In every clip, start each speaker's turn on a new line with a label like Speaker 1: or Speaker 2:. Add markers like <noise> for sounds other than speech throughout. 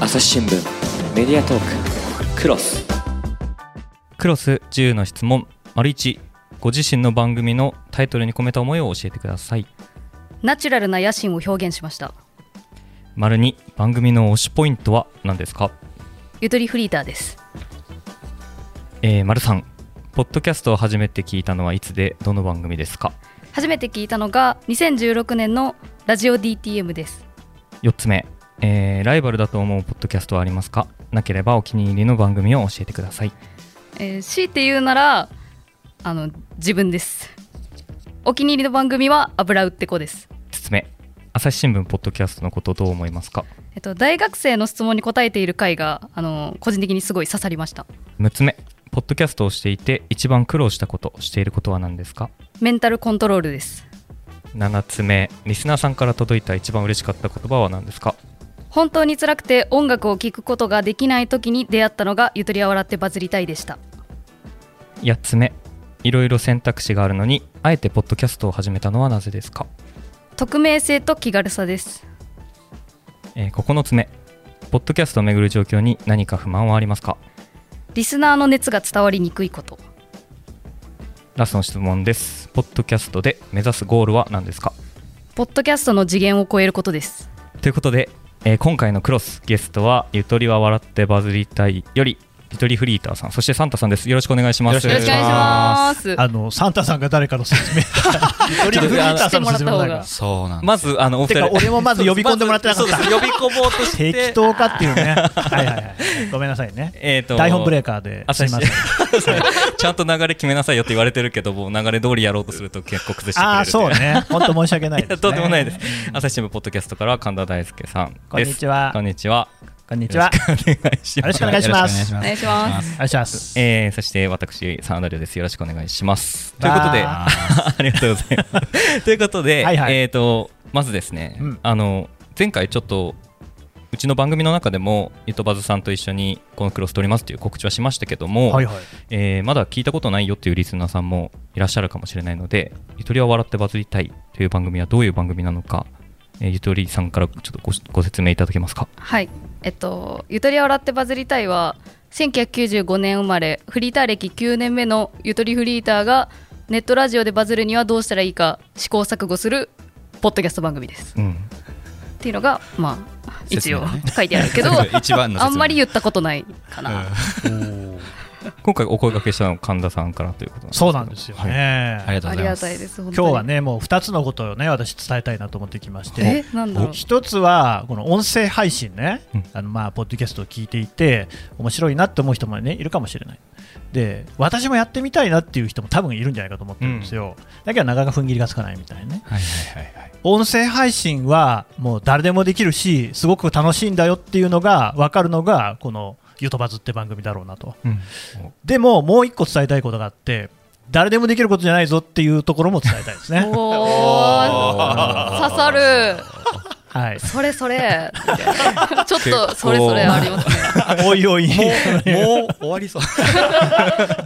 Speaker 1: 朝日新聞メディアトーククロス
Speaker 2: クロス10の質問丸一ご自身の番組のタイトルに込めた思いを教えてください
Speaker 3: ナチュラルな野心を表現しました
Speaker 2: 丸二番組の推しポイントは何ですか
Speaker 3: ゆとりフリーターです
Speaker 2: えー、丸三ポッドキャストを初めて聞いたのはいつでどの番組ですか
Speaker 3: 初めて聞いたのが2016年のラジオ DTM です
Speaker 2: 4つ目、えー、ライバルだと思うポッドキャストはありますかなければお気に入りの番組を教えてください
Speaker 3: えー、強いて言うならあの自分ですお気に入りの番組は油うってこです
Speaker 2: 5つ目朝日新聞ポッドキャストのことどう思いますか
Speaker 3: えっと大学生の質問に答えている回があの個人的にすごい刺さりました
Speaker 2: 6つ目ポッドキャストをしていて一番苦労したことしていることは何ですか
Speaker 3: メンタルコントロールです
Speaker 2: 7つ目リスナーさんから届いた一番嬉しかった言葉は何ですか
Speaker 3: 本当に辛くて音楽を聴くことができない時に出会ったのがゆとりは笑ってバズりたいでした
Speaker 2: 8つ目いろいろ選択肢があるのにあえてポッドキャストを始めたのはなぜですか、
Speaker 3: 匿名性と気軽さです
Speaker 2: えー、9つ目ポッドキャストをめぐる状況に何か不満はありますか
Speaker 3: リスナーの熱が伝わりにくいこと
Speaker 2: ラストの質問ですポッドキャストで目指すゴールは何ですか
Speaker 3: ポッドキャストの次元を超えることです
Speaker 2: ということで、えー今回のクロスゲストはゆとりは笑ってバズりたいよりゆとりフリーターさんそしてサンタさんですよろしくお願いします
Speaker 4: よろしくお願いし
Speaker 3: ます
Speaker 4: あのサンタさんが誰かの説明フリーターさんの説明もないから
Speaker 5: そうなん
Speaker 2: まずあのお
Speaker 4: て
Speaker 2: 二
Speaker 4: か
Speaker 2: 人
Speaker 4: <laughs> 俺もまず呼び込んでもらってなかっ
Speaker 5: そう
Speaker 4: た
Speaker 5: です呼び込もうとして
Speaker 4: 適当かっていうねはいはいはいごめんなさいね
Speaker 2: えーと
Speaker 4: 台本ブレーカーで
Speaker 2: あ
Speaker 4: す
Speaker 2: <laughs>
Speaker 4: いません
Speaker 2: ちゃんと流れ決めなさいよって言われてるけども流れ通りやろうとすると結構崩してくれる
Speaker 4: ああーそうね本当申し訳ない
Speaker 2: <laughs> い
Speaker 4: です
Speaker 2: や
Speaker 4: ね
Speaker 2: とんでもないです。朝日新聞ポッドキャストからは神田大輔さんです。
Speaker 4: こんにちは
Speaker 2: こんにちは。
Speaker 4: こんにちはよ
Speaker 2: よろしくお願いし
Speaker 4: ろ
Speaker 2: ま
Speaker 4: し
Speaker 2: す。
Speaker 4: くお願いします
Speaker 5: よ
Speaker 3: お
Speaker 5: ろ
Speaker 3: 願
Speaker 5: し
Speaker 3: いしま
Speaker 4: お願いします
Speaker 2: えー、そして私、サンダリオです。よろしくお願いします。という
Speaker 4: わ
Speaker 2: こと
Speaker 4: ー
Speaker 2: で、 <laughs> ありがとうございます。ということで、
Speaker 4: はいはい
Speaker 2: えー、と、まずですね、
Speaker 4: うん
Speaker 2: あの、前回ちょっと、うちの番組の中でも、ゆとばずさんと一緒に、このクロス撮りますという告知はしましたけども、
Speaker 4: はいはい
Speaker 2: えーまだ聞いたことないよっていうリスナーさんもいらっしゃるかもしれないので、ゆとりは笑ってバズりたいという番組はどういう番組なのか、えーゆとりさんからちょっとごご説明いただけますか。
Speaker 3: すはいえっと「ゆとりは笑ってバズりたい」は1995年生まれフリーター歴9年目のゆとりフリーターがネットラジオでバズるにはどうしたらいいか試行錯誤するポッドキャスト番組です
Speaker 2: うん、
Speaker 3: っていうのがまあ一応
Speaker 5: 説明ね
Speaker 3: 書いてあるけど、
Speaker 5: く一番の説
Speaker 3: あ
Speaker 5: 明
Speaker 3: んまり言ったことないかな、
Speaker 5: うん
Speaker 2: 今回お声掛けしたのは神田さんからということ
Speaker 4: そうなんですよ
Speaker 2: はい
Speaker 4: ね
Speaker 5: ありがとう
Speaker 3: あ
Speaker 5: ご
Speaker 3: りが
Speaker 5: ざいます
Speaker 3: たいです
Speaker 4: 今日は
Speaker 3: ね
Speaker 4: ねもう2つのことをね私伝えたいなと思ってきまして
Speaker 3: えなんだろう
Speaker 4: 一つはこの音声配信ね、
Speaker 2: うん
Speaker 4: あのまあポッドキャストを聞いていて面白いなって思う人もねいるかもしれないで私もやってみたいなっていう人も多分いるんじゃないかと思ってるんですよ、だけどなかなか踏ん切りがつかないみたいなね
Speaker 5: はいはいはいはい
Speaker 4: 音声配信はもう誰でもできるしすごく楽しいんだよっていうのが分かるのがこの「ゆとばず」って番組だろうなと
Speaker 2: うん
Speaker 4: でももう一個伝えたいことがあって誰でもできることじゃないぞっていうところも伝えたいです <laughs> ね
Speaker 3: おー刺さる
Speaker 4: はい
Speaker 3: それそれ <laughs> ちょっとそれそれありますね
Speaker 4: <laughs> おいおい
Speaker 5: もう終わりそう
Speaker 4: じ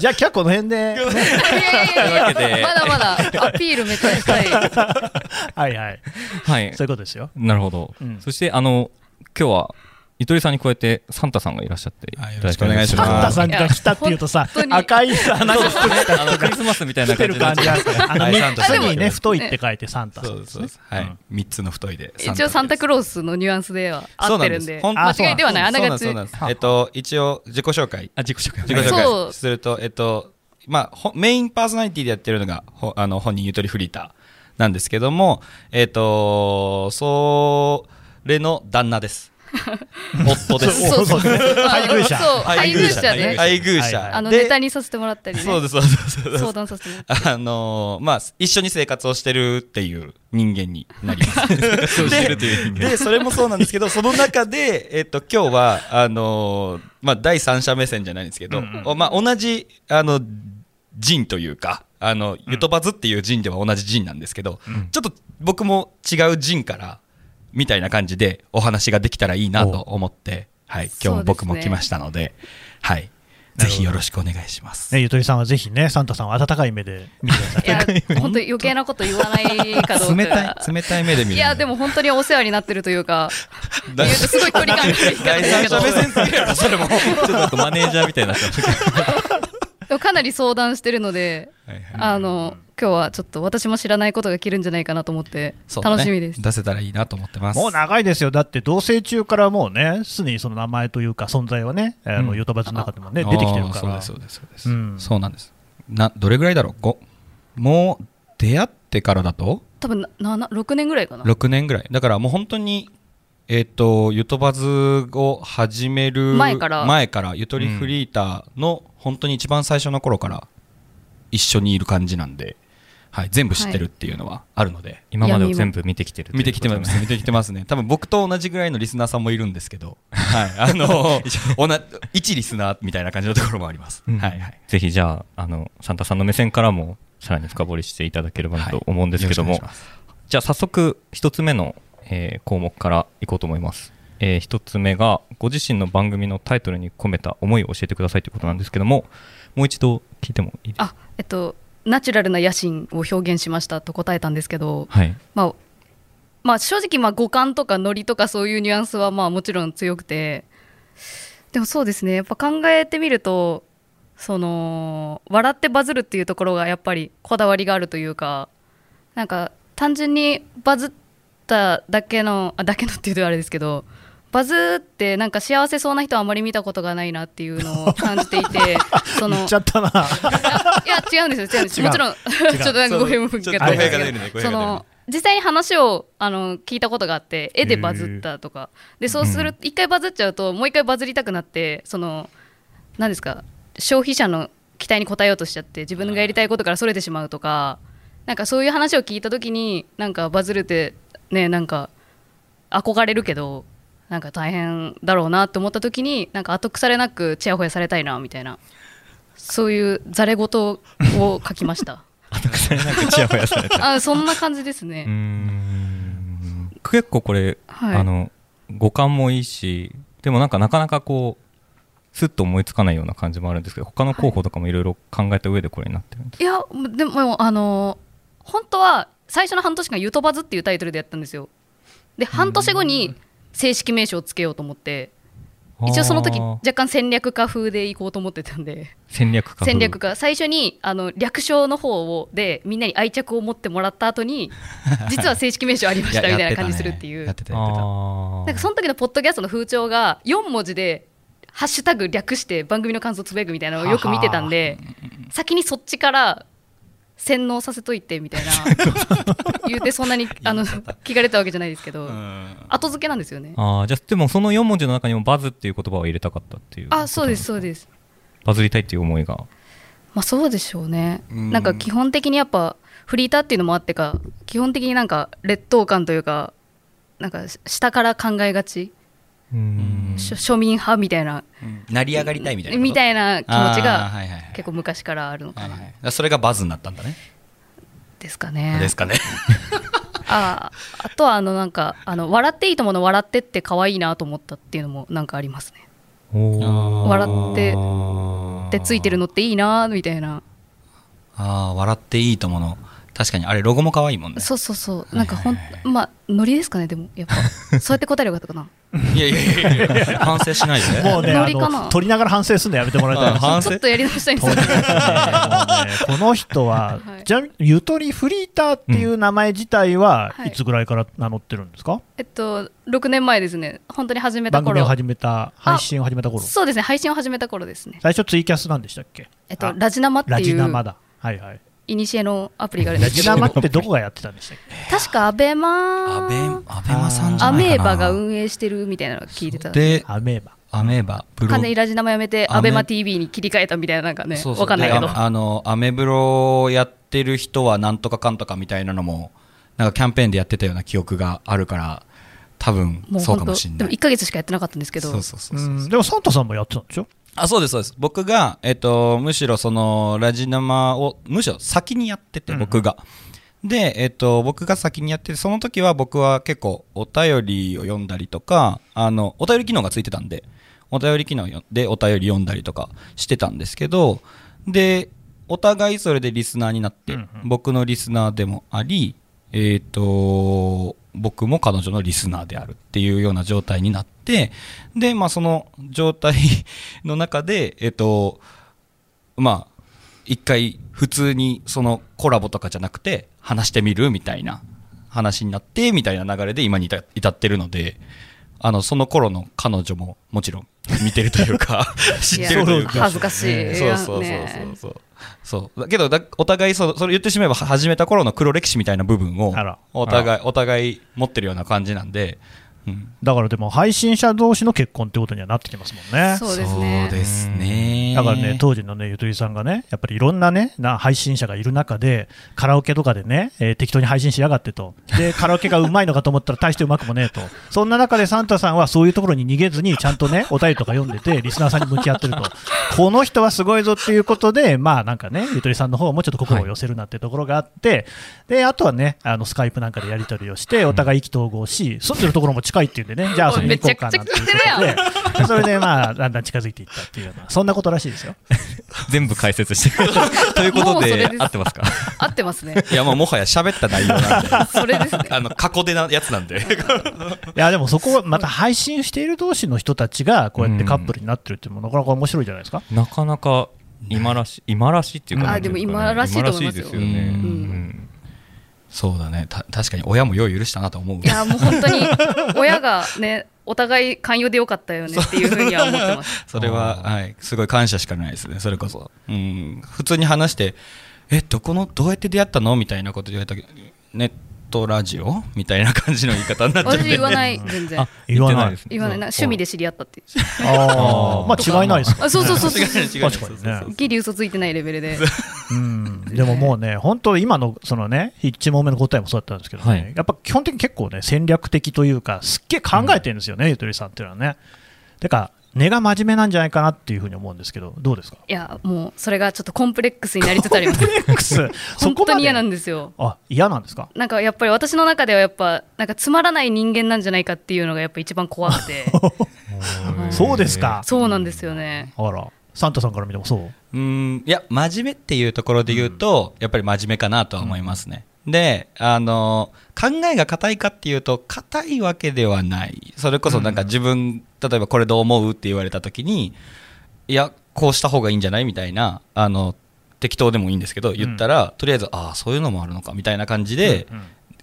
Speaker 4: ゃあ今日はこの辺で <laughs>
Speaker 3: いやいやいやいやまだまだアピールめっちゃしたい
Speaker 4: はいはい
Speaker 5: <laughs>
Speaker 2: はい
Speaker 4: そういうことですよ
Speaker 2: なるほど、
Speaker 4: うん
Speaker 2: そしてあの今日はゆとりさんに加えてサンタさんがいらっしゃってい
Speaker 5: はいよ
Speaker 2: ただ
Speaker 5: ろし
Speaker 2: て
Speaker 5: くお願いします
Speaker 4: サンタさんが来たっていうとさ
Speaker 3: 本当に
Speaker 4: 赤いさなんか服
Speaker 2: あのクリスマスみたいな
Speaker 4: 着て
Speaker 2: 感じな
Speaker 4: る感
Speaker 2: んで
Speaker 4: じあるからあの
Speaker 5: はい
Speaker 4: ミ
Speaker 5: サ
Speaker 4: ッ
Speaker 5: ン
Speaker 4: ク
Speaker 5: タさ
Speaker 4: ス
Speaker 5: ん
Speaker 4: に
Speaker 5: で
Speaker 4: ね
Speaker 5: も
Speaker 4: 太いって書いてサンタさ
Speaker 5: そ
Speaker 4: ん
Speaker 5: う
Speaker 4: で
Speaker 5: です
Speaker 4: す
Speaker 5: そう
Speaker 4: ね
Speaker 5: ですはい三つの太いで
Speaker 3: 一応サンタク
Speaker 5: ロ
Speaker 3: ロースのニュアンスでは合
Speaker 5: そう
Speaker 3: って
Speaker 5: なん
Speaker 3: るん
Speaker 5: です
Speaker 3: で
Speaker 5: ほん
Speaker 3: 間違いではないあながち
Speaker 5: そうなんですそうなんですえっと一応自己紹介
Speaker 2: あ自己紹介
Speaker 5: 自己
Speaker 3: 介
Speaker 5: 紹
Speaker 3: そう
Speaker 5: 介するとえっとまあほメインパーソナリティでやってるのがほあの本人ゆとりフリーターなんですけどもえっとそれの旦
Speaker 3: <laughs>
Speaker 5: 那です。夫です。
Speaker 3: そうそうそう
Speaker 4: 配偶者
Speaker 3: そう配偶者
Speaker 5: ね。
Speaker 3: ね
Speaker 5: 配偶者。
Speaker 4: はい
Speaker 3: あの
Speaker 5: で
Speaker 3: ネタにさせてもらったりね
Speaker 5: そうです、そうです、そうです。
Speaker 3: 相談させてもらっ
Speaker 5: あのーまあ、一緒に生活をしてるっていう人間になります。 <laughs> でで、それもそうなんです <laughs> けど、その中で、えっと、今日は、あのーまあ、第三者目線じゃないんですけど、おまあ、同じ、あの、人というか、あの、ゆとばずっていう人では同じ人なんですけど、ちょっと僕も違う人から、みたいな感じでお話ができたらいいなと思って、はい、今日も僕も来ましたので、はい。ぜひよろしくお願いします。
Speaker 4: ね、ゆとりさんはぜひね、サンタさんを温かい目で見てくだ
Speaker 5: <laughs>
Speaker 4: さい。
Speaker 3: いや、本当余計なこと言わないかどう
Speaker 5: 冷たい
Speaker 3: か。
Speaker 5: 冷たい目で見る。
Speaker 3: いや、でも本当にお世話になってるというか、言うとすごい距離感がある
Speaker 5: 第三者目線すぎるやろそれも。
Speaker 2: ちょっとマネージャーみたいになっちゃった。
Speaker 3: でもかなり相談してるので、あの、今日はちょっと私も知らないことが聞けるんじゃないかなと思って、
Speaker 5: そうだね
Speaker 3: 楽しみです。
Speaker 5: 出せたらいいなと思ってます。
Speaker 4: もう長いですよ、だって同棲中からもうね、すでにその名前というか、存在はね、あの
Speaker 5: うん
Speaker 4: ヨトバズの中でもね、出てきてるか
Speaker 5: あー
Speaker 4: ら、
Speaker 5: そうですそうですそうです、
Speaker 4: うん
Speaker 5: そうなんですなどれぐらいだろうこもう出会ってからだと
Speaker 3: 多分なな6年ぐらいかな。
Speaker 5: 6年ぐらいだからもう本当にえっ、とゆとばずを始める
Speaker 3: 前から
Speaker 5: 前からゆとりフリーターの本当に一番最初の頃から一緒にいる感じなんで、はい、全部知ってるっていうのはあるので、
Speaker 2: 今までを全部見てきてるということ
Speaker 5: 見て
Speaker 2: で
Speaker 5: きてます、見てきてますね。多分僕と同じぐらいのリスナーさんもいるんですけ <laughs> ど、はい、あ <laughs> の、おな、一リスナーみたいな感じのところもあります。
Speaker 2: うん
Speaker 5: はいはい。
Speaker 2: ぜひじゃああのサンタさんの目線からもさらに深掘りしていただければなと思うんですけども、
Speaker 5: はいよろしくお願いします
Speaker 2: じゃあ早速一つ目の、えー項目からいこうと思います、えー一つ目がご自身の番組のタイトルに込めた思いを教えてくださいということなんですけどももう一度聞いてもいいですか
Speaker 3: あ、えっと、ナチュラルな野心を表現しましたと答えたんですけど、
Speaker 2: はい
Speaker 3: まあ、まあ正直まあ五感とかノリとかそういうニュアンスはまあもちろん強くてでもそうですねやっぱ考えてみるとその笑ってバズるっていうところがやっぱりこだわりがあるというかなんか単純にバズっただけのあだけのっていうとあれですけどバズってなんか幸せそうな人はあまり見たことがないなっていうのを感じていてそ
Speaker 4: 言
Speaker 3: の
Speaker 4: っちゃったな、
Speaker 3: いや違うんですよ違うんですよもちろん <laughs> ちょっとなんか語弊も
Speaker 5: そう
Speaker 3: 分
Speaker 5: ち
Speaker 3: か
Speaker 5: ょ
Speaker 3: っ
Speaker 5: っ
Speaker 3: た
Speaker 5: と語
Speaker 3: んです
Speaker 5: 弊が
Speaker 3: けど
Speaker 5: 出るね。語
Speaker 3: そ
Speaker 5: 弊が出るね
Speaker 3: の実際に話をあの聞いたことがあって絵でバズったとかでそうする一回バズっちゃうともう一回バズりたくなってその何ですか消費者の期待に応えようとしちゃって自分がやりたいことからそれてしまうとかなんかそういう話を聞いた時になんかバズるってねなんか憧れるけどなんか大変だろうなって思った時になんか後腐れなくちやほやされたいなみたいなそういうざれ言を書きました
Speaker 2: <laughs> なんかちやほやされた
Speaker 3: あそんな感じですね、
Speaker 2: うーん結構これ、
Speaker 3: はい
Speaker 2: あの五感もいいしでもなんかなかなかこうすっと思いつかないような感じもあるんですけど他の候補とかもいろいろ考えた上でこれになってるんです
Speaker 3: いやでもあの本当は最初の半年間「ゆとばず」っていうタイトルでやったんですよで半年後に正式名称をつけようと思って一応その時
Speaker 2: あー
Speaker 3: 若干戦略家風でいこうと思ってたんで
Speaker 2: 戦略家風
Speaker 3: 戦略家最初にあの略称の方をでみんなに愛着を持ってもらった後に実は正式名称ありましたみたいな感じするっていう
Speaker 5: やってたやってた。
Speaker 2: あー
Speaker 3: なんかその時のポッドキャストの風潮が4文字で「ハッシュタグ略して番組の感想つぶやく」みたいなのをよく見てたんで先にそっちから洗脳させといてみたいな言うてそんなにあの聞かれたわけじゃないですけど
Speaker 5: うん
Speaker 3: 後付けなんですよね
Speaker 2: あーじゃあでもその4文字の中にもバズっていう言葉を入れたかったっていう
Speaker 3: あそうですそうです
Speaker 2: バズりたいっていう思いが
Speaker 3: まあそうでしょうね、
Speaker 5: うん
Speaker 3: なんか基本的にやっぱフリーターっていうのもあってか基本的になんか劣等感というかなんか下から考えがち、
Speaker 2: うん
Speaker 3: しょ庶民派みたいな
Speaker 5: 成り上がりたいみたいなこと。
Speaker 3: みたいな気持ち
Speaker 5: あー
Speaker 3: が
Speaker 5: はいはいはい
Speaker 3: 結構昔からあるの
Speaker 5: は
Speaker 3: か
Speaker 5: い
Speaker 3: な
Speaker 5: はいだからそれがバズになったんだね。
Speaker 3: ですかね。
Speaker 5: ですかね。
Speaker 3: あーあとはあのなんかあの笑っていいともの笑ってって可愛いなと思ったっていうのもなんかありますね。
Speaker 2: おー
Speaker 3: 笑ってでついてるのっていいなみたいな。
Speaker 5: <laughs> ああ、笑っていいともの。確かに、あれ、ロゴも可愛いもんね。
Speaker 3: そうそうそう。なんかほん、まあノリですかねでもやっ
Speaker 5: <laughs>
Speaker 3: ぱそうやって答えればよかったかな。
Speaker 5: いやいやいやい
Speaker 4: <laughs>
Speaker 5: や、反省しないで。
Speaker 4: もうね、
Speaker 3: ノ
Speaker 4: あ
Speaker 3: リかな
Speaker 4: の撮りながら反省するのやめてもらいたい
Speaker 5: うん反省
Speaker 3: ちょっとやり直したいんですよ。
Speaker 4: です。もうねこの人は、
Speaker 3: <laughs> はい
Speaker 4: じゃゆとりフリーターっていう名前自体は
Speaker 3: うんはい
Speaker 4: いつぐらいから名乗ってるんですか、
Speaker 3: えっと6年前ですね。本当に始めた
Speaker 4: 番組
Speaker 3: 頃
Speaker 4: を。始めた配信を始めた頃
Speaker 3: そうですね配信を始めた頃ですね。
Speaker 4: 最初ツイキャスなんでしたっけ
Speaker 3: えっと
Speaker 4: あ
Speaker 3: ラジナマって
Speaker 4: ラ
Speaker 3: い
Speaker 4: ジ
Speaker 3: う
Speaker 4: ナマだはいはい
Speaker 3: いにしえのアプリがあるんで
Speaker 4: ラ
Speaker 3: すけ
Speaker 4: ジ
Speaker 3: ど
Speaker 4: ナマってどこがやってたんでしたっけ
Speaker 3: <laughs> 確かアベマ
Speaker 5: アベ、アベマさんじゃ
Speaker 3: ア
Speaker 5: な
Speaker 3: メ
Speaker 5: いかな。
Speaker 3: ーバが運営してるみたいなの聞いてた。
Speaker 5: で、
Speaker 4: アメーバ
Speaker 5: アメーバ、ブロ
Speaker 3: 完
Speaker 5: グ
Speaker 3: 全にラジナマやめて、
Speaker 5: アメ
Speaker 3: アベマ TV に切り替えたみたいな、なんかね、わかんないけど
Speaker 5: で。ああの、アメブロをやってる人はなんとかかんとかみたいなのも、なんかキャンペーンでやってたような記憶があるから、多分
Speaker 3: もう
Speaker 5: そうか
Speaker 3: 本
Speaker 5: も
Speaker 3: 当、
Speaker 5: しん
Speaker 3: で
Speaker 5: な
Speaker 3: も1
Speaker 5: い。
Speaker 3: ヶ月しかやってなかったんですけど、
Speaker 5: そうそうそう
Speaker 4: う
Speaker 5: そう。
Speaker 4: んでもサンタさんもやってたんでしょ
Speaker 5: あ、そうです、そうです。僕が、えっと、むしろその、ラジ生を、むしろ先にやってて、
Speaker 4: うん
Speaker 5: 僕が。で、えっと、僕が先にやってて、その時は僕は結構お便りを読んだりとか、あの、お便り機能がついてたんで、お便り機能でお便り読んだりとかしてたんですけどでお互いそれでリスナーになって、
Speaker 4: うんうん
Speaker 5: 僕のリスナーでもありえっ、と僕も彼女のリスナーであるっていうような状態になってでまあその状態の中でえっ、とまあ一回普通にそのコラボとかじゃなくて話してみるみたいな話になってみたいな流れで今に至至ってるのであのその頃の彼女ももちろん見てるという
Speaker 3: <laughs>
Speaker 5: か知ってるという
Speaker 3: いや
Speaker 5: か
Speaker 3: 恥ずかしい、
Speaker 5: そうそうそうそうそうそうだけどだお互いそうそれ言ってしまえば始めた頃の黒歴史みたいな部分を
Speaker 4: あら
Speaker 5: お互いお互い持ってるような感じなんで、うん、
Speaker 4: だからでも配信者同士の結婚ってことにはなってきますもんね
Speaker 3: そうですね
Speaker 5: そうですね
Speaker 4: だからね、当時のね、ゆとりさんがね、やっぱりいろんなね、な配信者がいる中で、カラオケとかでね、えー適当に配信しやがってと。で、カラオケがうまいのかと思ったら大してうまくもねえと。そんな中でサンタさんはそういうところに逃げずに、ちゃんとね、お便りとか読んでて、リスナーさんに向き合ってると。この人はすごいぞっていうことで、まあなんかね、ゆとりさんの方もちょっと心を寄せるなってところがあって、で、あとはね、あの、スカイプなんかでやり取りをして、お互い意気投合し、住んでるところも近いっていうんでね、じゃあ遊びに行こうかなんていうことで、それでまあ、だんだん近づいていったっていうような、そんなことらしい <laughs> ですよ。
Speaker 2: 全部解説して
Speaker 3: <laughs>
Speaker 2: ということ
Speaker 3: もうそれ
Speaker 2: で
Speaker 3: です
Speaker 2: 合ってますか
Speaker 3: 合ってますね
Speaker 5: いやまあもはや喋った内容なんで
Speaker 3: それですね
Speaker 5: <laughs> あの過去でなやつなんで
Speaker 4: いやでもそこはまた配信している同士の人たちがこうやってカップルになってるっていうのもなかなか面白いじゃないですか。
Speaker 2: なかなか今らしい今らしいっていうか
Speaker 3: あ
Speaker 2: なんてい
Speaker 3: でも
Speaker 2: うかね
Speaker 3: 今らしいと思いますよ
Speaker 2: 今らしですよね
Speaker 5: うん
Speaker 2: うん
Speaker 5: <laughs> そうだねた確かに親もよう許したなと思う
Speaker 3: いやもう本当に親がねお互い寛容でよかったよねっていうふうには思ってます
Speaker 5: <laughs> それは、はい、すごい感謝しかないですね、それこそ。うん、普通に話して、え、どこの、どうやって出会ったのみたいなこと言われたけど、ネットラジオみたいな感じの言い方になっちゃって。
Speaker 3: 私言わない全然
Speaker 2: あ
Speaker 4: 言わない
Speaker 2: です
Speaker 3: 言わないな趣味で知り合ったって
Speaker 4: あー <laughs> まあ違いないですからね
Speaker 3: あそうそうそう
Speaker 5: 違う
Speaker 3: そう
Speaker 5: 違う違う
Speaker 4: 確かにね
Speaker 3: ギリ嘘ついてないレベルで
Speaker 4: うんでももうね、本当、今のそのね、1問目の答えもそうだったんですけどね、
Speaker 2: はい
Speaker 4: やっぱ基本的に結構ね、戦略的というか、すっげえ考えてるんですよね、ゆとりさんっていうのはね。てか、根が真面目なんじゃないかなっていうふうに思うんですけど、どうです <laughs> か
Speaker 3: いやもうそれがちょっとコンプレックスになりつつあります
Speaker 4: <laughs> そ
Speaker 3: 本当に嫌なんんですよ
Speaker 4: あ嫌なんです
Speaker 5: <laughs>
Speaker 4: か
Speaker 3: なんかやっぱり私の中ではやっぱなんかつまらない人間なんじゃないかっていうのがやっぱ一番怖く
Speaker 4: <laughs>
Speaker 3: て
Speaker 2: うん
Speaker 4: そうですか。
Speaker 3: そうなんですよね
Speaker 4: あら、サンタさんから見てもそう
Speaker 5: うん、いや、真面目っていうところで言うと、やっぱり真面目かなとは思いますね。で、あの、考えが硬いかっていうと、硬いわけではない。それこそなんか自分、例えばこれどう思うって言われた時に、いや、こうした方がいいんじゃないみたいな、あの、適当でもいいんですけど、言ったら、とりあえず、ああ、そういうのもあるのか、みたいな感じで、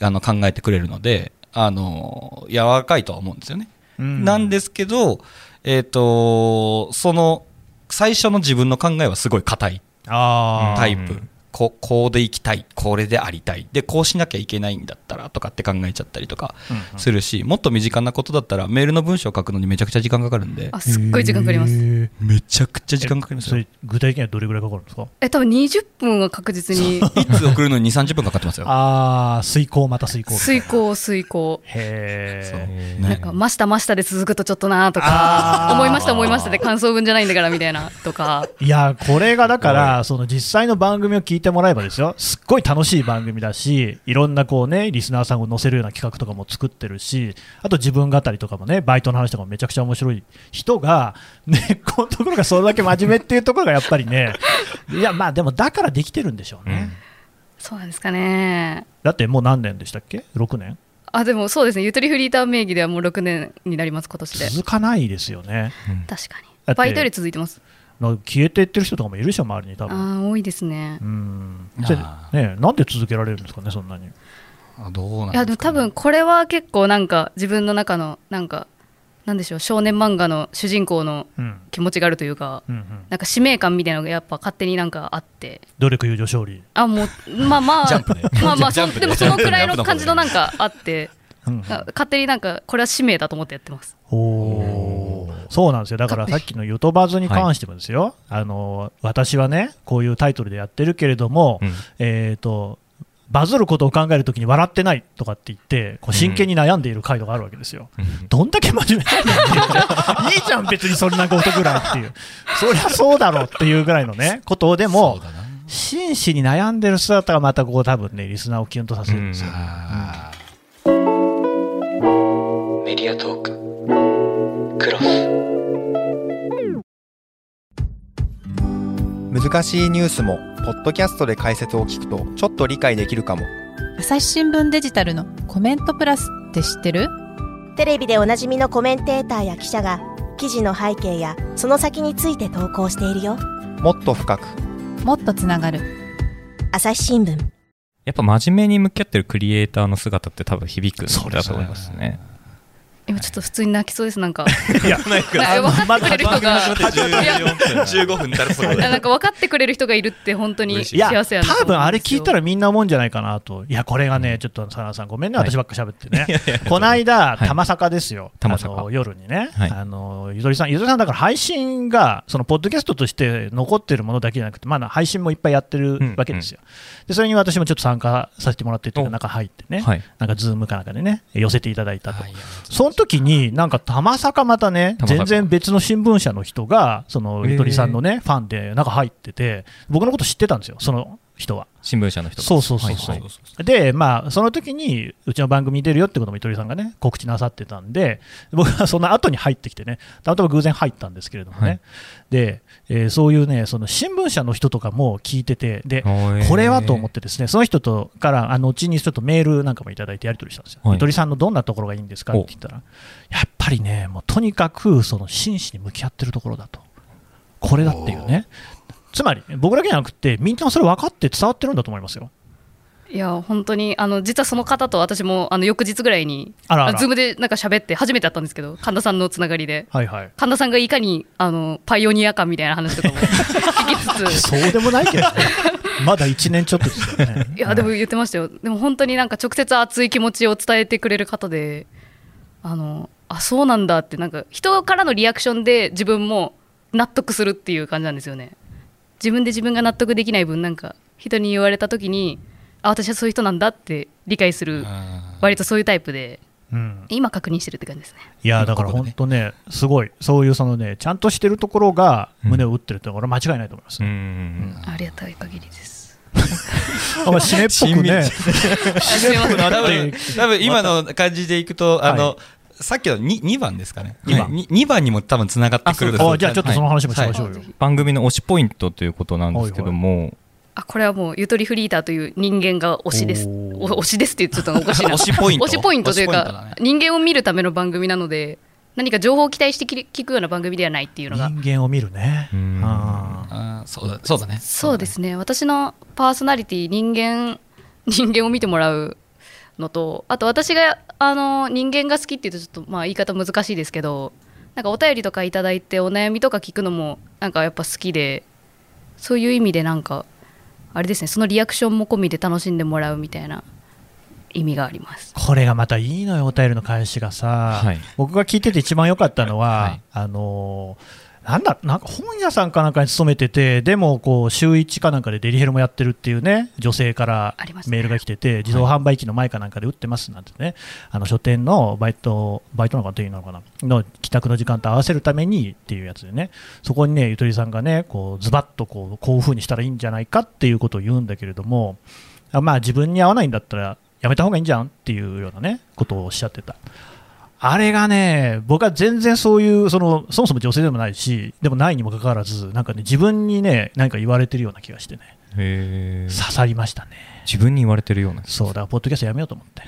Speaker 5: あの、考えてくれるので、あの、柔らかいとは思うんですよね。なんですけど、えっ、と、その、最初の自分の考えはすごい硬い
Speaker 4: あー
Speaker 5: タイプ。
Speaker 2: うん
Speaker 5: ここうでいきたい、これでありたい、で、こうしなきゃいけないんだったらとかって考えちゃったりとか
Speaker 4: うんうん
Speaker 5: するし、もっと身近なことだったら、メールの文章を書くのにめちゃくちゃ時間かかるんで、
Speaker 3: あすっごい時間かかりま
Speaker 4: へ
Speaker 3: す
Speaker 4: ー
Speaker 5: めちゃくちゃ時間かかります
Speaker 4: そ
Speaker 5: よ。
Speaker 4: れ具体的にはどれぐらいかかるんですか
Speaker 3: え多分20分は確実に
Speaker 5: いつ送るのに2、30分かかってますよ。
Speaker 4: ああ遂行また遂行
Speaker 3: 遂行遂行
Speaker 4: へ
Speaker 5: そうね
Speaker 4: え
Speaker 3: なんか、ましたましたで続くとちょっとなとか
Speaker 4: あ、ー
Speaker 3: 思いました思いましたで感想文じゃないんだからみたいなとか、
Speaker 4: いやこれがだからその実際の番組を聞いてもらえばですよすっごい楽しい番組だしいろんなこうねリスナーさんを載せるような企画とかも作ってるしあと自分語りとかもねバイトの話とかもめちゃくちゃ面白い人がねこのところがそれだけ真面目っていうところがやっぱ
Speaker 3: <laughs>
Speaker 4: りねいやまあでもだからできてるんでしょうね、
Speaker 3: そうなんですかね。
Speaker 4: だってもう何年でしたっけ6年
Speaker 3: あ、でもそうですね、ゆとりフリーター名義ではもう6年になります、今年で。
Speaker 4: 続かないですよね
Speaker 3: 確か
Speaker 4: だ
Speaker 3: に。
Speaker 4: って
Speaker 3: バイトより続いてます。
Speaker 4: なんか消えていってる人とかもいるでしょ、周りに多
Speaker 3: あ
Speaker 4: 分。
Speaker 3: ー多いですね
Speaker 4: う。ん
Speaker 5: あー
Speaker 4: それねえ、なんで続けられるんですかね、そんなに。
Speaker 5: あどうなん
Speaker 3: いや、でも
Speaker 5: ですか
Speaker 3: 多
Speaker 5: ね、
Speaker 3: 分これは結構なんか自分の中の、なんか、なんでしょう、少年漫画の主人公の
Speaker 4: うん
Speaker 3: 気持ちがあるというか、
Speaker 4: うんうん、
Speaker 3: なんか使命感みたいなのがやっぱ勝手になんかあって。
Speaker 4: 努力、友情、勝利。
Speaker 3: あもうまあまあ、まあまあそんでもそのくらいの感じのなんかあって、
Speaker 4: うん
Speaker 3: あ勝手になんかこれは使命だと思ってやってます。
Speaker 4: おーそうなんですよだからさっきの「ヨトバズ」に関してもですよ、あの私はねこういうタイトルでやってるけれども、
Speaker 2: うん
Speaker 4: えー、とバズることを考えるときに笑ってないとかって言ってこう真剣に悩んでいる回とかあるわけですよ、どんだけ真面目なんだよいいじゃん別にそんなことぐらいって <laughs> いうそりゃそうだろうっていうぐらいのねことをでも
Speaker 5: そうだな
Speaker 4: 真摯に悩んでる姿がまたここ多分ねリスナーをキュンとさせるんですよ、
Speaker 5: あー
Speaker 1: メディアトーククロス
Speaker 6: 難しいニュースもポッドキャストで解説を聞くとちょっと理解できるかも
Speaker 7: 朝日新聞デジタルのコメントプラスって知ってる
Speaker 8: テレビでおなじみのコメンテーターや記者が記事の背景やその先について投稿しているよ
Speaker 6: もっと深く
Speaker 7: もっとつながる
Speaker 8: 朝日新聞
Speaker 2: やっぱ真面目に向き合ってるクリエイターの姿って多分響くんだと思いますね。
Speaker 3: 今ちょっと普通に泣きそうですなんか
Speaker 5: いや、ない
Speaker 3: <laughs>
Speaker 5: か
Speaker 3: なんか分かってくれる人がいや
Speaker 5: 14分、15分たらそ
Speaker 3: いやなんか分かってくれる人がいるって本当に
Speaker 5: 嬉し
Speaker 4: いや
Speaker 3: 幸せやなと
Speaker 4: 多
Speaker 3: 思
Speaker 4: 分
Speaker 3: うん
Speaker 4: あれ
Speaker 3: です
Speaker 4: 聞
Speaker 3: よ
Speaker 4: いたらみんな思うんじゃないかなと、いや、これがね、ちょっと佐野さん、ごめんね、私ばっか喋っ
Speaker 3: <laughs>
Speaker 4: てね、この間、
Speaker 2: はい
Speaker 4: 玉坂ですよ、
Speaker 2: 玉坂
Speaker 4: あの夜にね、
Speaker 2: はい
Speaker 4: あのゆとりさん、ゆとりさん、だから配信が、そのポッドキャストとして残ってるものだけじゃなくて、まだ配信もいっぱいやってるわけですよ、でそれに私もちょっと参加させてもらってというか、
Speaker 2: お
Speaker 4: 中入ってね、
Speaker 2: はい
Speaker 4: なんかズームかなんかでね、寄せていただいたと。その時に、なんか、たまさかまたね、
Speaker 2: 玉坂
Speaker 4: 全然別の新聞社の人が、そのゆとりさんのね、ファンで、なんか入ってて、僕のこと知ってたんですよ、その人は。
Speaker 2: 新聞社の人が
Speaker 4: そうそうそ
Speaker 2: は
Speaker 4: う
Speaker 2: いはい
Speaker 4: そう。で、まあ、その時に、うちの番組に出るよってこともゆとりさんがね、告知なさってたんで、僕はその後に入ってきてね、たまたま偶然入ったんですけれどもね、
Speaker 2: はい
Speaker 4: で、えーそういうね、その新聞社の人とかも聞いてて、で、
Speaker 2: おー
Speaker 4: これはと思ってですね、その人とから、あの、うちにちょっとメールなんかもいただいてやり取りしたんですよ。
Speaker 2: はい
Speaker 4: ゆとりさんのどんなところがいいんですかって言ったら、やっぱりね、もうとにかく、その真摯に向き合ってるところだと。これだっていうね。つまり、僕だけじゃなくて、みんなそれ分かって伝わってるんだと思いますよ。
Speaker 3: いや本当にあの実はその方と私もあの翌日ぐらいに
Speaker 4: あらあら
Speaker 3: ズームでなんか喋って初めて会ったんですけど神田さんのつながりで
Speaker 4: はいはい。
Speaker 3: 神田さんがいかにあのパイオニア感みたいな話とかも <laughs> 聞きつつ
Speaker 4: そうでもないけど
Speaker 2: <laughs>
Speaker 4: ね、まだ1年ちょっとですよね。
Speaker 3: いやでも言ってましたよでも本当になんか直接熱い気持ちを伝えてくれる方であのあそうなんだってなんか人からのリアクションで自分も納得するっていう感じなんですよね自分で自分が納得できない分なんか人に言われた時にあ私はそういう人なんだって理解する割とそういうタイプで
Speaker 4: うん、
Speaker 3: 今確認してるって感じですね
Speaker 4: いやだから本当ね、すごい、そういうそのねちゃんとしてるところが胸を打ってるってこれは間違いないと思います。
Speaker 2: うーん。
Speaker 3: ありがたい限り <laughs> です
Speaker 4: あまあ締め <laughs> っぽくね、
Speaker 3: すいません
Speaker 5: 多分多分今の感じでいくと、あの、さっきの 2, 2番ですかね
Speaker 4: 二番
Speaker 5: に二番にも多分つながってくる
Speaker 4: あじゃあちょっとその話もしましょうよ。
Speaker 3: はいはい
Speaker 2: 番組の推しポイントということなんですけども、
Speaker 3: あこれはもうゆとりフリーターという人間が推しです
Speaker 4: お
Speaker 3: お
Speaker 4: ー
Speaker 3: 推しですって言ってたのがおかしいな
Speaker 5: 推しポイント
Speaker 3: 推しポイントという
Speaker 5: 推しポイントだ
Speaker 3: か、
Speaker 5: ね
Speaker 3: 人間を見るための番組なので何か情報を期待してき聞くような番組ではないっていうのが
Speaker 4: 人間を見るね。
Speaker 2: うん
Speaker 4: あー
Speaker 5: あーそうだそうだね
Speaker 3: そうですね私のパーソナリティ人間 <laughs> 人間を見てもらうのとあと私があの人間が好きっていうとちょっとまあ言い方難しいですけどなんかお便りとかいただいてお悩みとか聞くのもなんかやっぱ好きでそういう意味でなんかあれですねそのリアクションも込みで楽しんでもらうみたいな意味があり
Speaker 4: <laughs>
Speaker 3: ます。
Speaker 4: これがまたいいのよ、お便りの返しがさ、
Speaker 2: はい
Speaker 4: 僕が聞いてて一番良かったのは、
Speaker 2: はい
Speaker 4: あのーなんだなんか本屋さんかなんかに勤めてて、でもこう週1かなんかでデリヘルもやってるっていうね、女性から
Speaker 3: ありますね
Speaker 4: メールが来てて、自動販売機の前かなんかで売ってますなんてね、あの書店のバイト、バイトなのかというのかな、の帰宅の時間と合わせるためにっていうやつでね、そこにね、ゆとりさんがね、こうズバッとこうこういうふうにしたらいいんじゃないかっていうことを言うんだけれども、あまあ自分に合わないんだったらやめた方がいいんじゃんっていうようなねことをおっしゃってたあれがね僕は全然そういうそのそもそも女性でもないしでもないにもかかわらずなんかね自分にね何か言われてるような気がしてね
Speaker 2: へー
Speaker 4: 刺さりましたね
Speaker 2: 自分に言われてるような。
Speaker 4: そうだからポッドキャストやめようと思って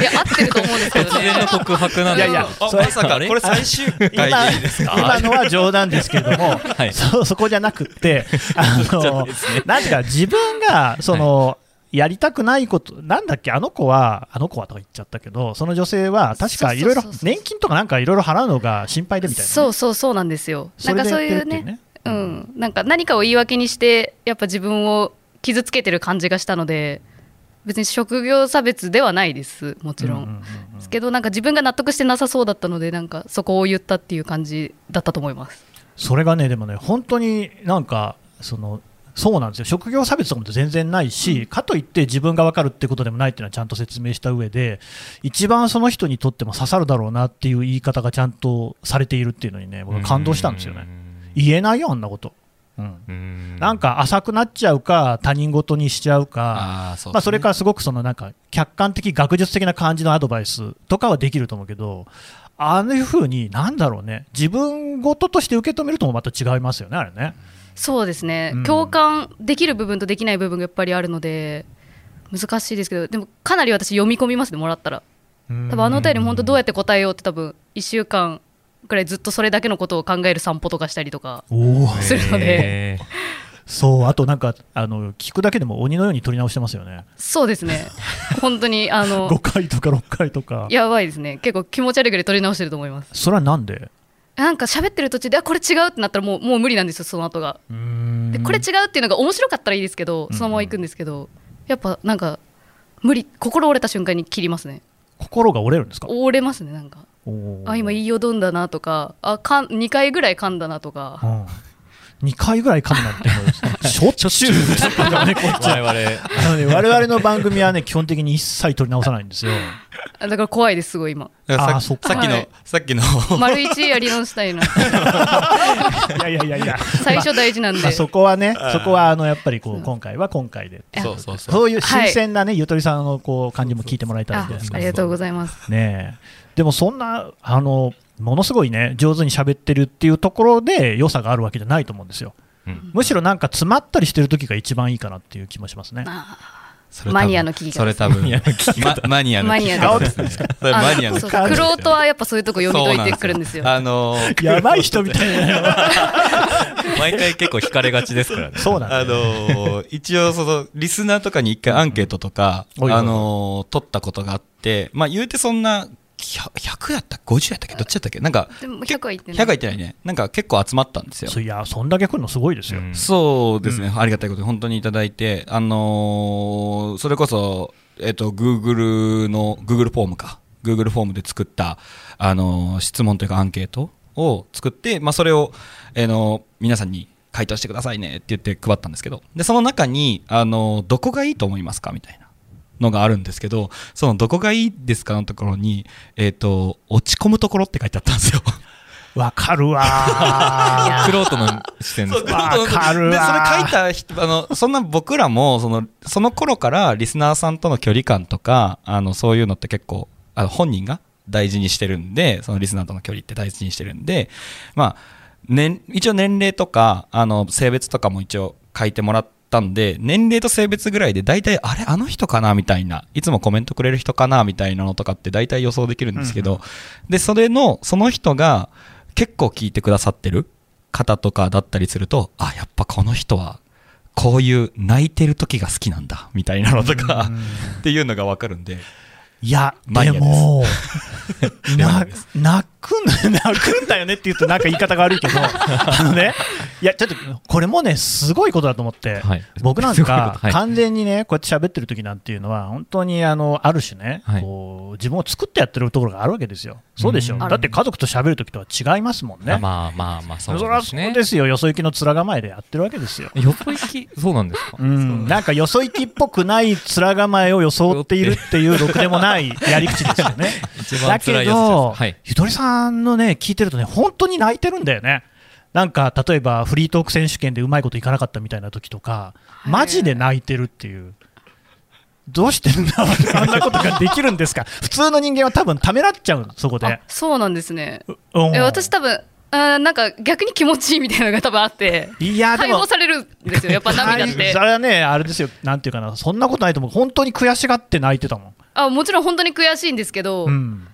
Speaker 3: いや合ってると思うんですけどね。
Speaker 2: 告白なん
Speaker 4: いやいや
Speaker 5: あまさかこれ最終回
Speaker 4: 今
Speaker 5: でいいですか
Speaker 4: 今のは冗談ですけれども、
Speaker 2: い
Speaker 4: そうそこじゃなくって、あのなんていうか、自分がその、やりたくないこと、なんだっけ、あの子は、あの子はとか言っちゃったけど、その女性は、確かいろいろ
Speaker 3: そうそうそう、そう
Speaker 4: 年金とかなんかいろいろ払うのが心配でみたいなね、
Speaker 3: そうそうそうなんですよ。なんかそういうね、う
Speaker 4: それでやってるっていうね
Speaker 3: ん、なんか何かを言い訳にしてやっぱ自分を傷つけてる感じがしたので、別に職業差別ではないですもちろん。
Speaker 4: うんうんうんうん
Speaker 3: ですけどなんか自分が納得してなさそうだったのでなんかそこを言ったっていう感じだったと思います。
Speaker 4: それがね、でもね、本当になんか、その、そうなんですよ職業差別とかも全然ないし、かといって自分が分かるってことでもないっていうのはちゃんと説明した上で、一番その人にとっても刺さるだろうなっていう言い方がちゃんとされているっていうのにね、僕は感動したんですよね。言えないよ、あんなこと。うん
Speaker 2: うん。
Speaker 4: なんか浅くなっちゃうか、他人事にしちゃうか、
Speaker 5: あーそうですね
Speaker 4: まあ、それからすごくそのなんか客観的、学術的な感じのアドバイスとかはできると思うけど、ああいうふうに、なんだろうね、自分事として受け止めるともまた違いますよね、あれね。
Speaker 3: そうですね、
Speaker 4: うん
Speaker 3: 共感できる部分とできない部分がやっぱりあるので難しいですけどでもかなり私読み込みますねもらったら多分あのお便りも本当どうやって答えようって多分1週間くらいずっとそれだけのことを考える散歩とかしたりとか
Speaker 4: おー
Speaker 3: するので
Speaker 2: えー
Speaker 4: <laughs> そうあとなんかあの聞くだけでも鬼のように取り直してますよね
Speaker 3: そうですね本当にあ
Speaker 4: 5
Speaker 3: の
Speaker 4: 回とか6回とか
Speaker 3: やばいですね結構気持ち悪いぐらい取り直してると思います
Speaker 4: それはなんで
Speaker 3: なんか喋ってる途中であこれ違うってなったらもうもう無理なんですよその後がでこれ違うっていうのが面白かったらいいですけどそのまま行くんですけど、やっぱなんか無理心折れた瞬間に切りますね
Speaker 4: 心が折れるんですか
Speaker 3: 折れますねなんか
Speaker 4: おー
Speaker 3: あ今言いよどんだなとかあかん2回ぐらい噛んだなとか
Speaker 4: うん2回ぐらい噛むなんてもうしょっちゅ
Speaker 3: <laughs>
Speaker 4: うですからねこっちは
Speaker 2: 我々
Speaker 4: なので我々の番組はね基本的に一切取り直さないんですよ
Speaker 3: あだから怖いですすごい今
Speaker 5: だから
Speaker 4: あ
Speaker 5: さ
Speaker 4: ーそっか
Speaker 5: さっきの、
Speaker 3: はい
Speaker 5: さっきの
Speaker 3: 丸一やり直したいな
Speaker 4: いやいやいやいや
Speaker 3: <laughs> 最初大事なんで、
Speaker 4: <laughs> まあそこはね、そこはあのやっぱりこう今回は今回で、
Speaker 5: そうそうそう
Speaker 4: そういう新鮮なね、ゆとりさんのこう感じも聞いてもらいたい
Speaker 3: あ
Speaker 4: んで、
Speaker 3: ありがとうございます
Speaker 4: ねえでもそんなあのものすごいね上手に喋ってるっていうところで良さがあるわけじゃないと思うんですよ。
Speaker 2: うん
Speaker 4: むしろなんか詰まったりしてる時が一番いいかなっていう気もしますね。
Speaker 5: それ多分
Speaker 3: マニアの聞き方
Speaker 5: それ多分まマニアの聞き方ですね <laughs> それマニアの聞
Speaker 3: そ
Speaker 5: き
Speaker 3: う
Speaker 5: 方
Speaker 3: そうクロートはやっぱそういうとこ読み
Speaker 5: そうな
Speaker 3: 解
Speaker 5: ん
Speaker 3: い
Speaker 5: で
Speaker 3: てくるんですよ
Speaker 5: あのー
Speaker 4: やばい人みたいな。
Speaker 2: 毎回結構惹かれがちですからね
Speaker 4: そうなんだ
Speaker 5: あ
Speaker 4: よ、
Speaker 5: のー一応そのリスナーとかに一回アンケートとか、
Speaker 4: おいおいおい
Speaker 5: あのー取ったことがあってまあ言うてそんな100 100やったっけ50やったっけどっちやったっけなんか
Speaker 3: でも
Speaker 5: け
Speaker 3: 100は言ってない
Speaker 5: 100は言ってないねなんか結構集まったんですよ
Speaker 4: そういやそんだけ来るのすごいですよ。
Speaker 2: うん
Speaker 5: そうですね、ありがたいことに本当にいただいて、あのーそれこそ、えっと、Google の、Google フォームか、Google フォームで作った、あのー質問というかアンケートを作って、まあ、それを、えーの皆さんに回答してくださいねって言って配ったんですけど、で、その中に、あのーどこがいいと思いますかみたいなのがあるんですけど、その、どこがいいですかのところに、えっ、と、落ち込むところって書いてあったんですよ。
Speaker 4: わか
Speaker 3: <laughs>
Speaker 4: るわー。
Speaker 2: クロートの視点で
Speaker 5: そ
Speaker 2: す
Speaker 5: う
Speaker 4: わかるわ
Speaker 5: でそれ書いた人あのそんな僕らもそのその頃からリスナーさんとの距離感とかあのそういうのって結構あの本人が大事にしてるんでそのリスナーとの距離って大事にしてるんでまあ年一応年齢とかあの性別とかも一応書いてもらったんで年齢と性別ぐらいで大体あれあの人かなみたいないつもコメントくれる人かなみたいなのとかって大体予想できるんですけど、でそれのその人が結構聞いてくださってる方とかだったりするとあやっぱこの人はこういう泣いてる時が好きなんだみたいなのとかっていうのが分かるんで
Speaker 4: いや、
Speaker 5: マニ
Speaker 4: で
Speaker 5: アで
Speaker 2: <laughs>
Speaker 5: す
Speaker 4: も、な泣くん、泣くんだよねって言うとなんか言い方が悪い
Speaker 2: <laughs>
Speaker 4: けど、あのね、いや、ちょっと、これもね、すごいことだと思って、
Speaker 2: はい
Speaker 4: 僕なん
Speaker 2: すごいこ
Speaker 4: か
Speaker 2: とはい
Speaker 4: 完全にね、こうやって喋ってる時なんていうのは、本当に、あの、ある種ね、
Speaker 2: はい
Speaker 4: こう、自分を作ってやってるところがあるわけですよ。そうでしょ。
Speaker 2: うん
Speaker 4: だって家族と喋る時とは違いますもんね。
Speaker 2: まあまあまあ
Speaker 4: そ
Speaker 2: そう
Speaker 4: り
Speaker 2: で
Speaker 4: ゃ
Speaker 2: す
Speaker 4: そ
Speaker 2: ね
Speaker 4: うですよ。よそ行きの面構えでやってるわけですよ。
Speaker 2: よそ行きそうなんですか
Speaker 4: うん、なんかよそ行きっぽくない面構えを装っているっていう、ろくでもないやり口ですよね。
Speaker 2: 一
Speaker 4: だ
Speaker 2: 番辛
Speaker 4: け
Speaker 2: いやつです
Speaker 4: ど、
Speaker 2: はい
Speaker 4: ゆとりさんのね、聞いてるとね、本当に泣いてるんだよね。なんか例えばフリートーク選手権でうまいこといかなかったみたいな時とか、マジで泣いてるっていう、どうしてんだ、あんなことができるんですか、 <laughs> 普通の人間は多分ためらっちゃうの、そこ
Speaker 3: あ
Speaker 4: で。
Speaker 3: そうなんですね
Speaker 4: うん
Speaker 3: え私多分あーなんか逆に気持ちいいみたいなのが多分あって
Speaker 4: いやで
Speaker 3: 解
Speaker 4: も
Speaker 3: 放されるんですよやっぱ涙っ
Speaker 4: はい
Speaker 3: て
Speaker 4: それはね、あれですよ、なんていうかな、そんなことないと思う、本当に悔しがって泣いてたもん。
Speaker 3: あもちろん本当に悔しいんですけど、
Speaker 4: うん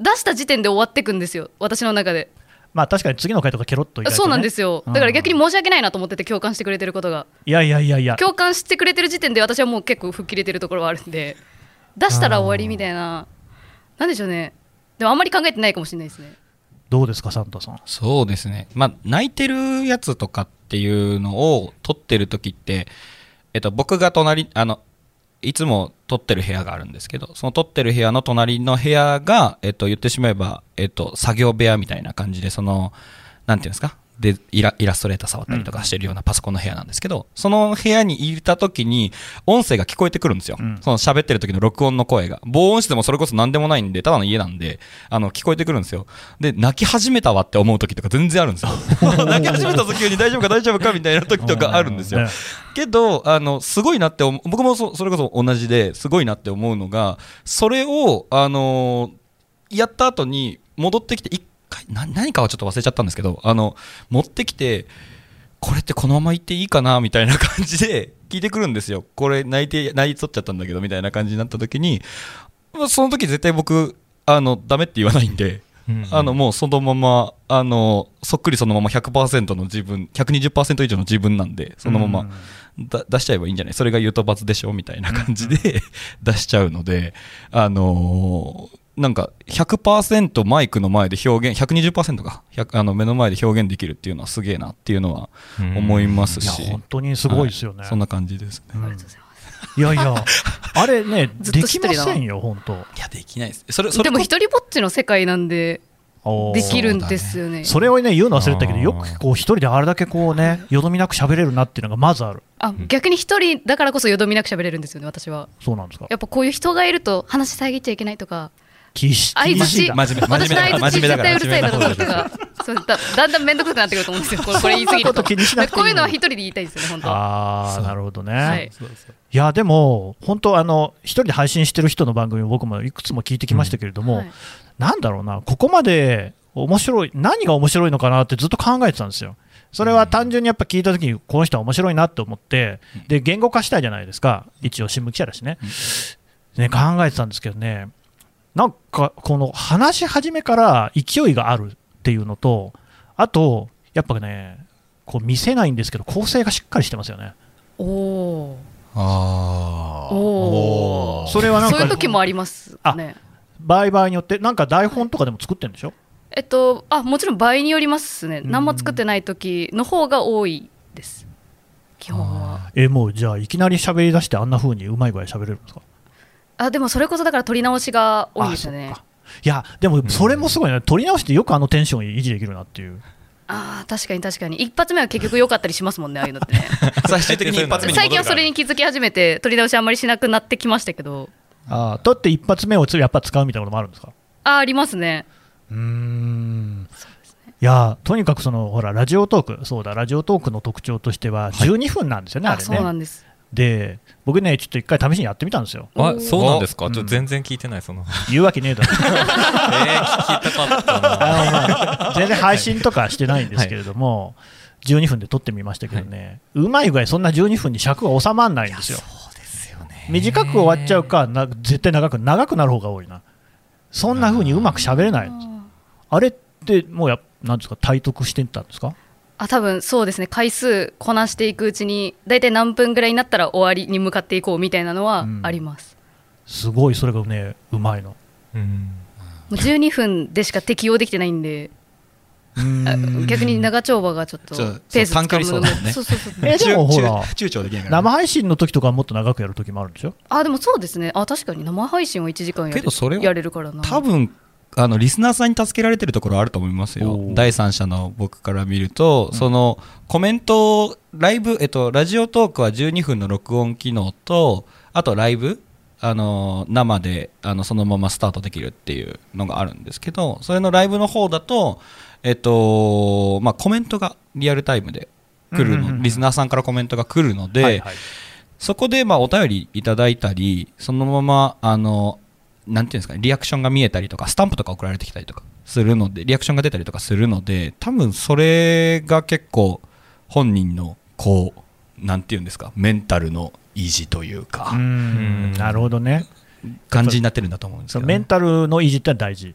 Speaker 3: 出した時点で終わっていくんですよ私の中で、
Speaker 4: まあ確かに次の回とかケロッと意外とね
Speaker 3: そうなんですよだから逆に
Speaker 4: うん
Speaker 3: 申し訳ないなと思ってて共感してくれてることが
Speaker 4: いやいやいやいや
Speaker 3: 共感してくれてる時点で私はもう結構吹っ切れてるところはあるんで出したら終わりみたいななんでしょうねでもあんまり考えてないかもしれないですね
Speaker 4: どうですかサンタさん
Speaker 5: そうですねまあ泣いてるやつとかっていうのを撮ってる時って、えっと、僕が隣あのいつも撮ってる部屋があるんですけどその撮ってる部屋の隣の部屋が、えっと、言ってしまえば、えっと、作業部屋みたいな感じでそのなんていうんですかでイライラストレーター触ったりとかしてるようなパソコンの部屋なんですけど、その部屋にいた時に音声が聞こえてくるんですよ、
Speaker 4: うん
Speaker 5: その喋ってる時の録音の声が防音室でもそれこそ何でもないんでただの家なんであの聞こえてくるんですよで泣き始めたわって思う時とか全然あるんですよ <laughs> 泣き始めた時に大丈夫か大丈夫かみたいな時とかあるんですよ
Speaker 4: ね
Speaker 5: けどあのすごいなって思う僕もそそれこそ同じですごいなって思うのがそれを、あのやった後に戻ってきて一回な何かはちょっと忘れちゃったんですけどあの持ってきてこれってこのまま行っていいかなみたいな感じで <laughs> 聞いてくるんですよこれ泣いて泣いとっちゃったんだけどみたいな感じになった時にまあその時絶対僕あのダメって言わないんで
Speaker 2: うん
Speaker 5: あのもうそのままあのそっくりそのまま100%の自分120%以上の自分なんでそのまま、
Speaker 4: うん
Speaker 5: だ出しちゃえばいいんじゃないそれがユートバズでしょみたいな感じで、出しちゃうので、あのーなんか100%マイクの前で表現120%か100あの目の前で表現できるっていうのはすげえなっていうのは思います
Speaker 4: いや
Speaker 5: し、
Speaker 4: 本当にすごいですよね、
Speaker 5: はいそんな感じですね。
Speaker 4: うんいや
Speaker 5: <laughs>
Speaker 4: いや、あれね、
Speaker 3: ずっ
Speaker 4: で
Speaker 3: と
Speaker 4: き
Speaker 3: 一人
Speaker 4: ま
Speaker 3: だ
Speaker 4: せんよ、本当
Speaker 5: いやできないですそれそれ
Speaker 3: でも
Speaker 5: こ
Speaker 3: 一人ぼっちの世界なんで
Speaker 4: おー
Speaker 3: できるんですよね
Speaker 4: それをね言うの忘れてたけど、
Speaker 2: あー
Speaker 4: よくこう一人であれだけこうね、よどみなく喋れるなっていうのがまずある、
Speaker 3: あ逆に一人だからこそよどみなく喋れるんですよね私は
Speaker 4: そうなんですか
Speaker 3: や、っぱこういう人がいると話遮っちゃいけないとか
Speaker 4: 厳し
Speaker 3: 相
Speaker 4: 厳しい
Speaker 3: 槌
Speaker 4: な
Speaker 5: 真面目
Speaker 3: 私の相
Speaker 5: 真
Speaker 3: 槌絶
Speaker 5: 面目だから
Speaker 3: 対うるさいだろうなと
Speaker 5: 真面目だ
Speaker 3: かそうだだんだん面倒くさくなってくると思うんですよこれこれ言い過ぎる
Speaker 4: そんなこと気にしなくていい
Speaker 3: こういうのは一人で言いたいですよね本当は
Speaker 4: あーなるほどね、
Speaker 3: はい
Speaker 4: い、やでも本当あの一人で配信してる人の番組を僕もいくつも聞いてきましたけれども、
Speaker 3: はい
Speaker 4: なんだろうなここまで面白い何が面白いのかなってずっと考えてたんですよそれは単純にやっぱ聞いた時にこの人は面白いなって思ってで言語化したいじゃないですか一応新聞記者だしねね考えてたんですけどねなんかこの話し始めから勢いがあるっていうのとあとやっぱねこう見せないんですけど構成がしっかりしてますよね
Speaker 3: おお
Speaker 5: あ
Speaker 3: ーお
Speaker 4: それはなん
Speaker 3: そういう
Speaker 4: か
Speaker 3: 時もあります
Speaker 4: あ
Speaker 3: ね
Speaker 4: 場合場合によってなんか台本とかでも作ってるんでしょ
Speaker 3: えっとあもちろん倍によりますね
Speaker 4: ん
Speaker 3: 何も作ってない時の方が多いです基本は
Speaker 4: えもうじゃあいきなり喋り出してあんな風にうまい具合に喋れるんですか
Speaker 3: あでもそれこそだから取り直しが多いんですよね
Speaker 4: あそっかいやでもそれもすごいね取り直してよくあのテンション維持できるなっていう
Speaker 3: あー確かに確かに一発目は結局良かったりしますもんねああいうの
Speaker 5: <laughs>
Speaker 3: ってね
Speaker 5: 最終的に一発目に戻るから
Speaker 3: 最近はそれに気づき始めて取り直しあんまりしなくなってきましたけど
Speaker 4: あ取って一発目をつやっぱ使うみたいなこともあるんですか
Speaker 3: あーありますね
Speaker 4: うーんいやとにかくそのほらラジオトークそうだラジオトークの特徴としては12分なんですよね、
Speaker 3: あ
Speaker 4: あれ
Speaker 3: そうな
Speaker 4: ね
Speaker 3: んです
Speaker 4: で僕ねちょっと一回試しにやってみたんですよ
Speaker 9: あそうなんです
Speaker 4: う
Speaker 9: か
Speaker 4: ん
Speaker 9: ちょっと全然聞いてないその
Speaker 4: 言うわけねえだ
Speaker 3: <laughs>
Speaker 4: ろ
Speaker 9: えー聞きたかったな
Speaker 4: あのまあ全然配信とかしてないんですけれども、12分で撮ってみましたけどね、うまい具合そんな12分に尺が収まらないんですよ短く終わっちゃうかな絶対長く長くなる方が多いなそんな風にうまく喋れないあれってもうやなんですか体得してたんですか
Speaker 3: あ多分そうですね回数こなしていくうちに大体何分ぐらいになったら終わりに向かっていこうみたいなのはあります、
Speaker 4: すごいそれがねうまいの
Speaker 9: うん
Speaker 3: もう12分でしか適用できてないんであ逆に長丁場がちょっと
Speaker 5: ちょっと
Speaker 3: ペースつ
Speaker 5: 短距
Speaker 3: かむ
Speaker 5: 離
Speaker 3: の
Speaker 5: 走
Speaker 3: が
Speaker 5: だもんね
Speaker 3: そうそうそう
Speaker 4: えでもほら
Speaker 5: 躊躊躊躇できないから
Speaker 4: 生配信の時とかはもっと長くやる時もあるんでしょ
Speaker 3: あでもそうですねあ確かに生配信を1時間やる
Speaker 5: けどそれは
Speaker 3: やれるからな
Speaker 5: 多分あのリスナーさんに助けられてるところあると思いますよ
Speaker 4: おー
Speaker 5: 第三者の僕から見ると、そのコメントをライブ、えっと、ラジオトークは12分の録音機能とあとライブあの生であのそのままスタートできるっていうのがあるんですけどそれのライブの方だと、えっとまあ、コメントがリアルタイムで来るの、
Speaker 4: うんうんうん
Speaker 5: リスナーさんからコメントが来るので、
Speaker 4: はいはい
Speaker 5: そこでまあお便りいただいたり、そのままあのなんていうんですかね、リアクションが見えたりとか、スタンプとか送られてきたりとかするので、リアクションが出たりとかするので、多分それが結構、本人のこう、なんていうんですか、メンタルの維持という
Speaker 4: う
Speaker 5: か、
Speaker 4: んなるほどね
Speaker 5: 感じになってるんだと思うんです
Speaker 4: そ
Speaker 5: け
Speaker 4: の
Speaker 5: ど
Speaker 4: メ
Speaker 5: ね、
Speaker 4: ンタルの維持ってのは大事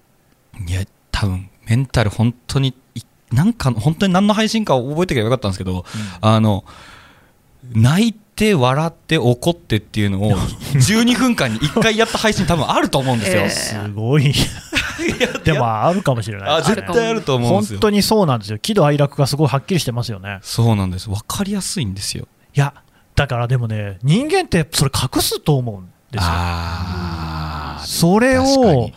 Speaker 5: いや、多分メンタル、本当に、いなんか、本当に何の配信か覚えてけばよかったんですけど、あの、泣いて、笑って、怒ってっていう
Speaker 4: <laughs>
Speaker 5: のを、12分間に1回やった配信、多分あると思うんですよ。
Speaker 3: え
Speaker 4: す
Speaker 3: ー
Speaker 4: ごいでもあるかもしれない
Speaker 5: あ
Speaker 4: ですね
Speaker 5: 絶対あると思うんです
Speaker 4: 本
Speaker 5: よ。
Speaker 4: 当にそうなんですよ喜怒哀楽がすごいはっきりしてますよね
Speaker 5: そうなんです。わかりやすいんですよ。
Speaker 4: いやだからでもね人間ってそれ隠すと思うんですよ
Speaker 5: あー
Speaker 4: それ
Speaker 5: 確か
Speaker 4: を
Speaker 5: に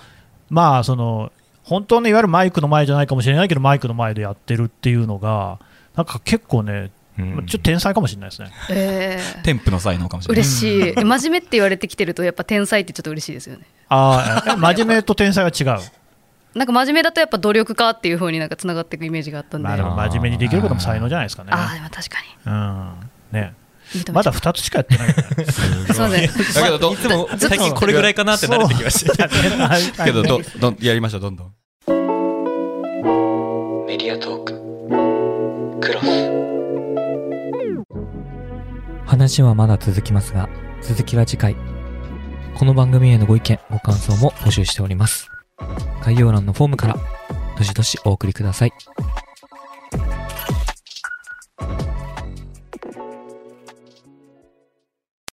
Speaker 4: まあその本当のいわゆるマイクの前じゃないかもしれないけどマイクの前でやってるっていうのがなんか結構ね、
Speaker 9: うん
Speaker 4: まあちょっと天才かもしれないですね
Speaker 3: えー
Speaker 5: 添付の才能かもしれない。
Speaker 3: 嬉しいえ真面目って言われてきてるとやっぱ天才ってちょっと嬉しいですよね
Speaker 4: ああ <laughs> 真面目と天才は違う
Speaker 3: なんか真面目だとやっぱ努力家っていう風になんかつながっていくイメージがあったんで、
Speaker 4: まあで
Speaker 3: あ
Speaker 4: も真面目にできることも才能じゃないですかね
Speaker 3: あーでも確かに
Speaker 4: うんね
Speaker 3: 認めちゃう
Speaker 4: まだ2つしかやってないよ
Speaker 5: <laughs>
Speaker 4: ね
Speaker 3: すいません
Speaker 5: だけどど、いつも
Speaker 9: 最近これぐらいかなって慣れてきました
Speaker 5: だけど、ど、どん、やりましょう、どんどん。
Speaker 1: メディアトーククロス
Speaker 2: 話はまだ続きますが、続きは次回。この番組へのご意見、ご感想も募集しております。概要欄のフォームから、どしどしお送りください。